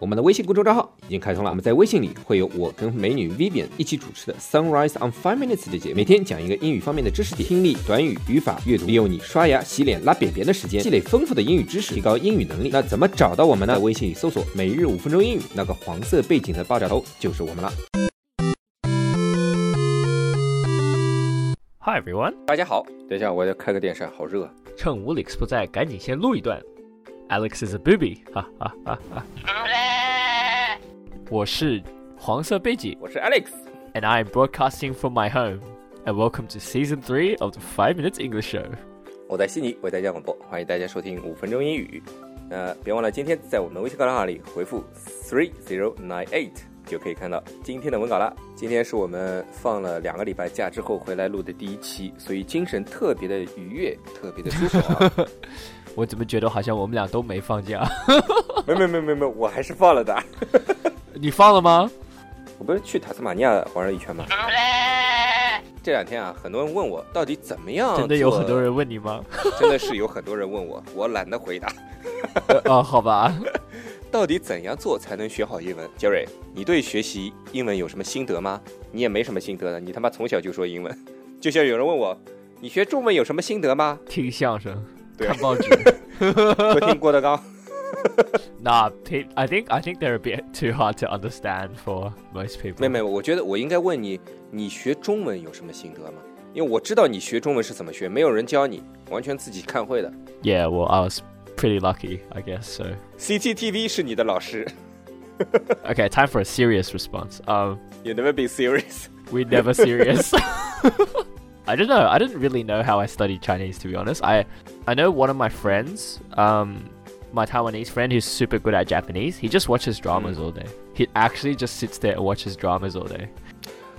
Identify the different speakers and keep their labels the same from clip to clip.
Speaker 1: 我们的微信公众账号已经开通了，我们在微信里会有我跟美女 Vivian 一起主持的 Sunrise on Five Minutes 的节目，每天讲一个英语方面的知识点、听力、短语、语法、阅读，利用你刷牙、洗脸、拉便便的时间，积累丰富的英语知识，提高英语能力。那怎么找到我们呢？在微信里搜索“每日五分钟英语”，那个黄色背景的爆炸头就是我们了。
Speaker 2: Hi everyone，
Speaker 1: 大家好，等一下我要开个电扇，好热。
Speaker 2: 趁 Woolix 不在，赶紧先录一段。Alex is a booby，哈哈哈哈。我是黄色背景
Speaker 1: 我是 Alex，
Speaker 2: ，and I am broadcasting from my home。And welcome to season three of the Five Minutes English Show。
Speaker 1: 我在悉尼为大家广播，欢迎大家收听五分钟英语。那别忘了今天在我们的微信公众号里回复 three zero nine eight 就可以看到今天的文稿啦。今天是我们放了两个礼拜假之后回来录的第一期，所以精神特别的愉悦，特别的舒爽、啊。
Speaker 2: 我怎么觉得好像我们俩都没放假？
Speaker 1: 没没没没没，我还是放了的。
Speaker 2: 你放了吗？
Speaker 1: 我不是去塔斯马尼亚玩了一圈吗？这两天啊，很多人问我到底怎么样，
Speaker 2: 真的有很多，人问你吗？
Speaker 1: 真的是有很多人问我，我懒得回答。
Speaker 2: 呃，好吧，
Speaker 1: 到底怎样做才能学好英文？杰瑞，你对学习英文有什么心得吗？你也没什么心得的，你他妈从小就说英文。 就像有人问我，你学中文有什么心得吗？
Speaker 2: 听相声，
Speaker 1: 对
Speaker 2: 看报纸。
Speaker 1: 不听郭德纲。
Speaker 2: Nah, pe- I think I think they're a bit too hard to understand for most people.
Speaker 1: 妹妹，我觉得我应该问你，你学中文有什么心得吗？因为我知道你学中文是怎么学，没有人教你，完全自己看会的。
Speaker 2: Yeah, well, I was pretty lucky, I guess. So.
Speaker 1: CCTV 是你的老师
Speaker 2: Okay, time for a serious response. Um,
Speaker 1: ，You never be serious。
Speaker 2: we never serious. I don't know. I didn't really know how I studied Chinese to be honest. I I know one of my friends, um, my Taiwanese friend who's super good at Japanese. He just watches dramas all day. He actually just sits there and watches dramas all day.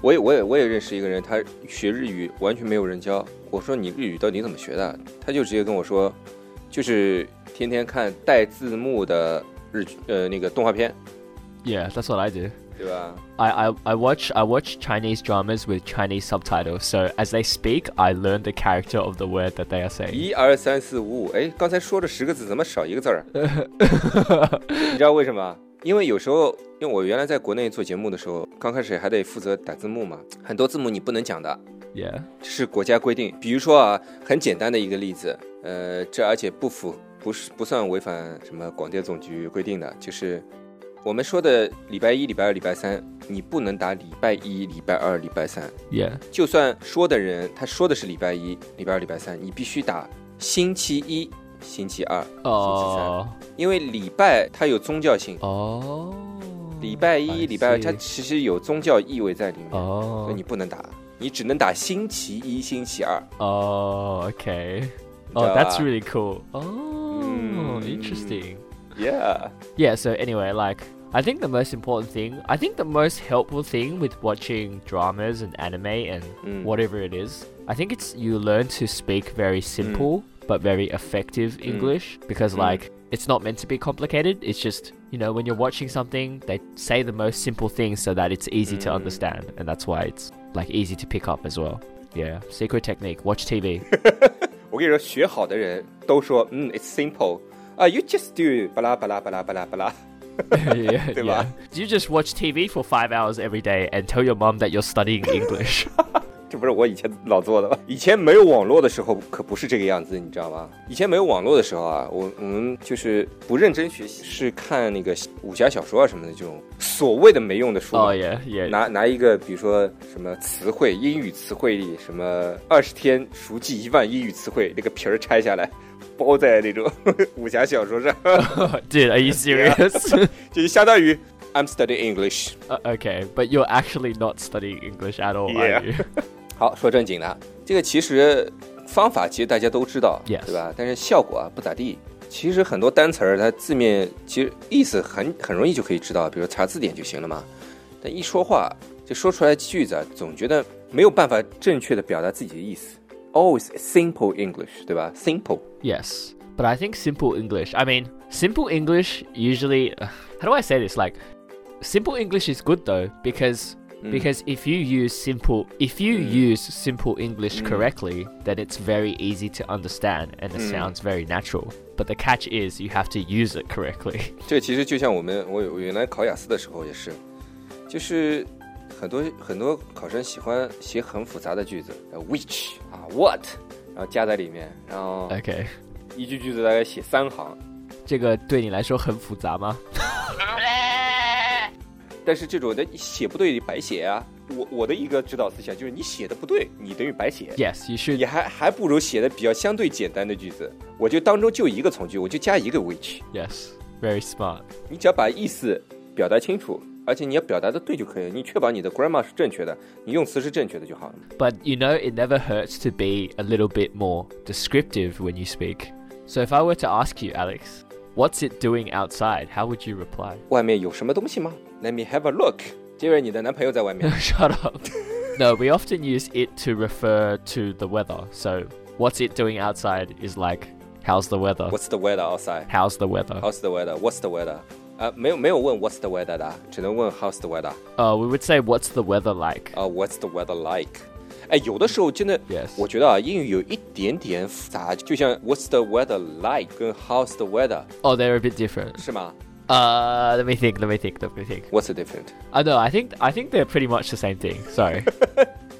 Speaker 1: 我也我也我也认识一个人，他学日语完全没有人教。我说你日语到底怎么学的？他就直接跟我说，就是天天看带字幕的日剧呃那个动画片，
Speaker 2: Yeah, that's what I do.
Speaker 1: 对吧？
Speaker 2: I, I, I watch I watch Chinese dramas with Chinese subtitles. So as they speak, I learn the character of the word that they are saying.
Speaker 1: 一二三四五五，哎，刚才说了十个字，怎么少一个字儿啊？啊 你知道为什么？因为有时候，因为我原来在国内做节目的时候，刚开始还得负责打字幕嘛，很多字幕你不能讲的，
Speaker 2: Yeah.
Speaker 1: 这是国家规定。比如说啊，很简单的一个例子，呃，这而且不符不是不算违反什么广电总局规定的，就是我们说的礼拜一、礼拜二、礼拜三，你不能打礼拜一、礼拜二、礼拜三。
Speaker 2: Yeah.
Speaker 1: 就算说的人他说的是礼拜一、礼拜二、礼拜三，你必须打星期一、星期二、星期
Speaker 2: Oh.
Speaker 1: 三，因为礼拜它有宗教性，
Speaker 2: Oh.
Speaker 1: 礼拜一、
Speaker 2: I
Speaker 1: 礼拜二
Speaker 2: see
Speaker 1: 它其实有宗教意味在里面，所以
Speaker 2: Oh.
Speaker 1: 你不能打，你只能打星期一、星期二。
Speaker 2: Oh.
Speaker 1: 你
Speaker 2: Okay.
Speaker 1: 知
Speaker 2: Oh,
Speaker 1: 道
Speaker 2: that's
Speaker 1: 吧
Speaker 2: really cool. Oh,
Speaker 1: Mm.
Speaker 2: interesting.
Speaker 1: Yeah.
Speaker 2: Yeah, so anyway, like I think the most important thing, I think the most helpful thing with watching dramas and anime and
Speaker 1: Mm.
Speaker 2: whatever it is, I think it's you learn to speak very simple but very effective English because
Speaker 1: Mm.
Speaker 2: like it's not meant to be complicated. It's just, you know, when you're watching something, they say the most simple things so that it's easy to
Speaker 1: Mm.
Speaker 2: understand and that's why it's like easy to pick up as well. Yeah, secret technique, watch TV.
Speaker 1: 我跟你说，学好的人都说，嗯，it's simple 啊、y o u just do 巴拉巴拉巴拉巴拉巴拉。
Speaker 2: yeah,
Speaker 1: Diba?
Speaker 2: yeah. You just watch TV for five hours every day and tell your mom that you're studying English.
Speaker 1: 这不是我以前老做的吗？ 以前没有网络的时候可不是这个样子，你知道吗？以前没有网络的时候啊，我我们就是不认真学习，是看那个武侠小说啊什么的这种所谓的没用的书。
Speaker 2: oh yeah, yeah.
Speaker 1: 拿拿一个，比如说什么词汇，英语词汇里什么二十天熟记一万英语词汇，那个皮儿拆下来，包在那种 武侠小说上，
Speaker 2: Dude, are you serious?
Speaker 1: 就相当于 I'm studying English。
Speaker 2: Uh, okay, but you're actually not studying English at all,
Speaker 1: Yeah.
Speaker 2: are you?
Speaker 1: 好，说正经的，啊这个其实方法其实大家都知道
Speaker 2: Yes
Speaker 1: 对吧？但是效果啊不咋地。其实很多单词儿它字面其实意思很很容易就可以知道，比如查字典就行了嘛。但一说话，就说出来句子啊，总觉得没有办法正确的表达自己的意思。Always simple English，对吧？Simple，
Speaker 2: Yes, but I think simple English. I mean, simple English usually. How do I say this? Like, simple English is good though because because if you use simple if you use simple English correctly, then it's very easy to understand and it sounds very natural. But the catch is you have to use it correctly.
Speaker 1: 这其实就像我们我有我原来考雅思的时候也是，就是很多很多考生喜欢写很复杂的句子呃，which 啊 what，然后加在里面，然后
Speaker 2: Okay.
Speaker 1: 一句句子大概写三行，
Speaker 2: 这个对你来说很复杂吗？
Speaker 1: 但是这种的写不对白写啊。我我的一个指导思想就是你写的不对，你等于白写。
Speaker 2: Yes, you should
Speaker 1: 也还还不如写的比较相对简单的句子，我就当中就一个从句，我就加一个 which，
Speaker 2: yes. Very smart.
Speaker 1: 你只要把意思表达清楚，而且你要表达的对就可以了，你确保你的 grammar 是正确的，你用词是正确的就好了。
Speaker 2: But you know, it never hurts to be a little bit more descriptive when you speak. So if I were to ask you, Alex, what's it doing outside? How would you reply?。
Speaker 1: 外面有什么东西吗？Let me have a look。杰瑞，你的男朋友在外面
Speaker 2: Shut up. no, we often use it to refer to the weather. So what's it doing outside is like, how's the weather?
Speaker 1: What's the weather outside?
Speaker 2: How's the weather?
Speaker 1: How's the weather? What's the weather? 啊、没有没有问 What's the weather 的啊，只能问 How's the weather？
Speaker 2: Oh, we would say, what's the weather like?
Speaker 1: 啊、w h a t s the weather like？哎，有的时候真的
Speaker 2: Yes
Speaker 1: 我觉得啊，英语有一点点复杂，就像 What's the weather like 跟 How's the weather
Speaker 2: Oh, they're a bit different.
Speaker 1: 是吗
Speaker 2: Uh, let me think. Let me think. Let me think.
Speaker 1: ？What's the different？
Speaker 2: I know. I think I think they're pretty much the same thing. Sorry.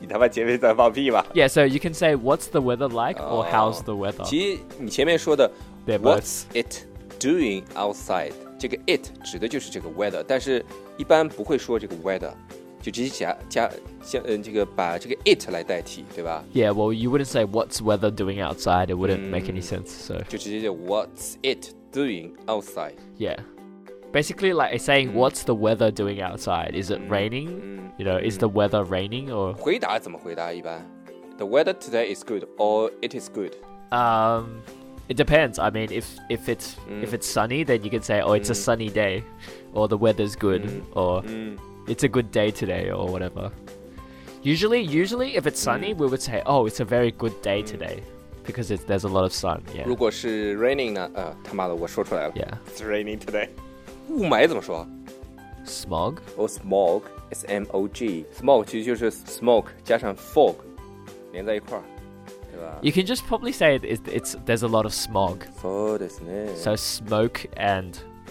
Speaker 1: 你他妈结尾在放屁吧？
Speaker 2: yeah. So you can say what's the weather like or how's the weather.
Speaker 1: 其实你前面说的
Speaker 2: They're both.
Speaker 1: What's it doing outside？这个 it 指的就是这个 weather，但是一般不会说这个 weather，就直接加加像嗯这个把这个 it 来代替，对吧？
Speaker 2: Yeah. Well, you wouldn't say what's weather doing outside. It wouldn't make any sense. So
Speaker 1: 就直接就 What's it doing outside？
Speaker 2: yeah. Basically, like it's saying what's the weather doing outside? Is it raining? You know, is the weather raining or
Speaker 1: 回答怎么回答？一般 The weather today is good or it is good？
Speaker 2: um? It depends. I mean, if if it's if it's sunny, then you can say oh, it's a sunny day, or the weather's good, or it's a good day today, or whatever. Usually, usually if it's sunny, we would say oh, it's a very good day today, because it's, there's a lot of sun.
Speaker 1: 如
Speaker 2: Yeah.
Speaker 1: 果是 raining 呢？呃，他妈的，我说出来了
Speaker 2: Yeah.
Speaker 1: It's raining today。雾霾怎么说？
Speaker 2: Smog.
Speaker 1: or smog s m o g smog 其实就是 smoke 加上 fog 连在一块儿，对吧
Speaker 2: You can just probably say it- it's, it's there's a lot of smog.
Speaker 1: そうですね。
Speaker 2: So smoke and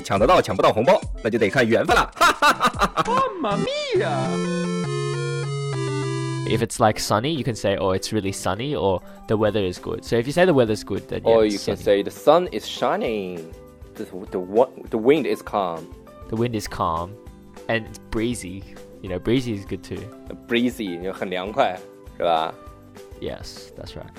Speaker 3: 抢得到抢不到红包，那就得看缘分啦。
Speaker 2: If it's like sunny, you can say oh, it's really sunny or the weather is good. So if you say the weather's good, then yeah,
Speaker 1: or
Speaker 2: it's
Speaker 1: you can
Speaker 2: sunny.
Speaker 1: say the sun is shining, the the wa- the wind is calm,
Speaker 2: the wind is calm and it's breezy. You know, breezy is good too.
Speaker 1: breezy 就很凉快，是吧？
Speaker 2: Yes, that's right.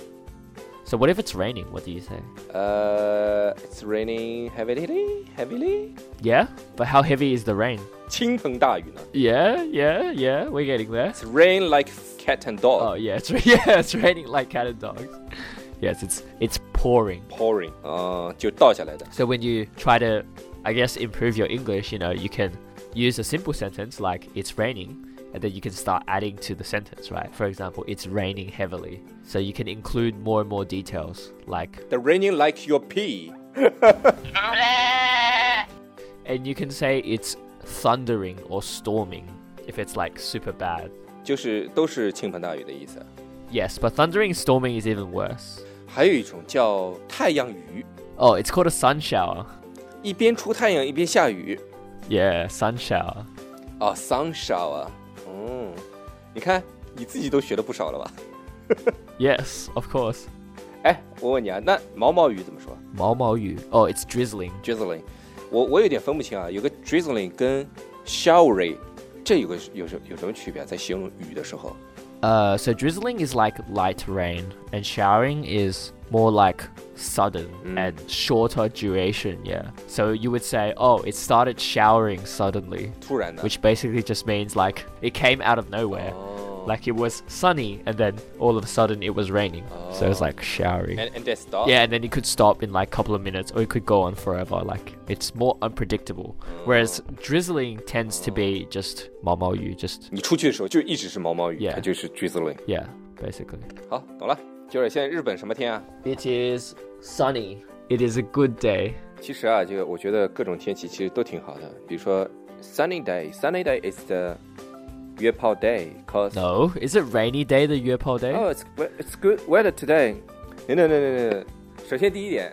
Speaker 2: So what if it's raining? What do you say?
Speaker 1: 呃、i t s raining heavily, heavily，
Speaker 2: Yeah, but how heavy is the rain?
Speaker 1: 倾盆大雨呢。
Speaker 2: Yeah, yeah, yeah. We're getting there.
Speaker 1: It's rain like cat and
Speaker 2: Oh
Speaker 1: dog
Speaker 2: yeah, it's yeah, it's raining like cat and dogs. Yes, it's it's pouring.
Speaker 1: pouring，啊、就倒下来的。
Speaker 2: So when you try to, I guess, improve your English, you know, you can use a simple sentence like "It's raining," and then you can start adding to the sentence, right? For example, "It's raining heavily," so you can include more and more details like
Speaker 1: The raining like your pee，
Speaker 2: and you can say it's thundering or storming if it's like super bad.
Speaker 1: 就是都是倾盆大雨的意思。
Speaker 2: Yes, but thundering and storming is even worse.
Speaker 1: 还有一种叫太阳雨，
Speaker 2: Oh, it's called a sun shower.
Speaker 1: 一边出太阳一边下雨
Speaker 2: Yeah, sun shower.
Speaker 1: 啊，sun shower。嗯，你看你自己都学了不少了吧？
Speaker 2: Yes, of course.
Speaker 1: 哎，我问你啊，那毛毛雨怎么说
Speaker 2: Mao Mao Yu. Oh, it's drizzling.
Speaker 1: ？drizzling，我我有点分不清啊，有个 drizzling 跟 showery，这有个有什有什么区别啊？在形容雨的时候
Speaker 2: Uh, so drizzling is like light rain, and showering is more like sudden and shorter duration. Yeah. So you would say, oh, it started showering suddenly,
Speaker 1: 突然的。
Speaker 2: which basically just means like it came out of nowhere. Like it was sunny, and then all of a sudden it was raining. So it's like showering.
Speaker 1: And and that stop.
Speaker 2: Yeah, and then you could stop in like a couple of minutes, or it could go on forever. Like it's more unpredictable. Whereas drizzling tends to be just mama you just
Speaker 1: 你出去的时候就一直是毛毛雨
Speaker 2: Yeah
Speaker 1: 它就是 drizzling。
Speaker 2: yeah, basically.
Speaker 1: 好，懂了。就是现在日本什么天啊？
Speaker 2: It is sunny. It is a good day.
Speaker 1: 其实啊，这个我觉得各种天气其实都挺好的。比如说 sunny day，sunny day is the 约炮 day，cause
Speaker 2: No, is it rainy day the Yuepao day?
Speaker 1: Oh, it's we- it's good weather today. No, no, no, no, no. 首先第一点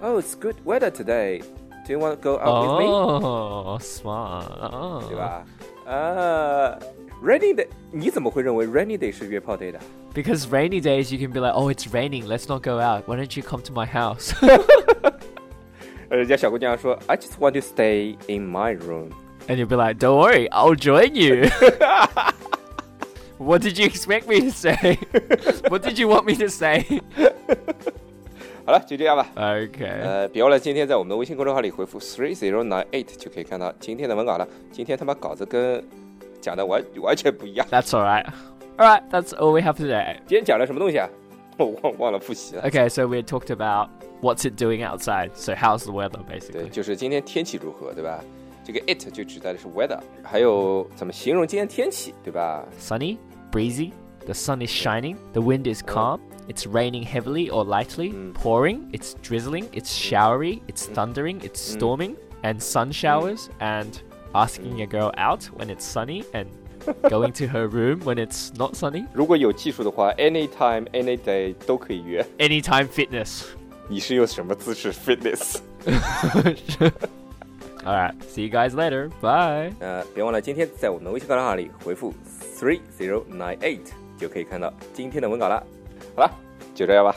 Speaker 1: ，Oh, it's good weather today. Do you want to go out with me？
Speaker 2: oh, smart.
Speaker 1: 对
Speaker 2: Oh.
Speaker 1: 吧？啊、r a i n y day，你怎么会认为 rainy day 是约炮 day 的？
Speaker 2: Oh. Because rainy days you can be like, oh, it's raining. Let's not go out. Why don't you come to my house?
Speaker 1: 呃，人家小姑娘说，I just want to stay in my room。
Speaker 2: and you'll be like, don't worry, I'll join you. what did you expect me to say? what did you want me to say?
Speaker 1: 好了，就这样吧。
Speaker 2: Okay.
Speaker 1: 呃，别忘了今天在我们的微信公众号里回复 three zero nine eight 就可以看到今天的文稿了。今天他妈稿子跟讲的完完全不一样。
Speaker 2: That's all right. All right, that's all we have today.
Speaker 1: 今天讲了什么东西啊？ 我忘忘了复习了。
Speaker 2: Okay, so we had talked about what's it doing outside. So how's the weather
Speaker 1: 对，
Speaker 2: basically?
Speaker 1: 就是今天天气如何，对吧？这个 it 就指代的是 weather，还有怎么形容今天天气，对吧？
Speaker 2: Sunny, breezy, the sun is shining, the wind is calm, it's raining heavily or lightly, pouring, it's drizzling, it's showery, it's thundering, it's storming, and sun showers, and asking a girl out when it's sunny and going to her room when it's not sunny.
Speaker 1: 如果有技术的话，anytime any day 都可以约。
Speaker 2: Anytime fitness.
Speaker 1: 你是用什么姿势 fitness？
Speaker 2: All right, see you guys later. Bye.
Speaker 1: 呃，别忘了今天在我们的微信公众号里回复 three zero nine eight 就可以看到今天的文稿了。好了，就这样吧。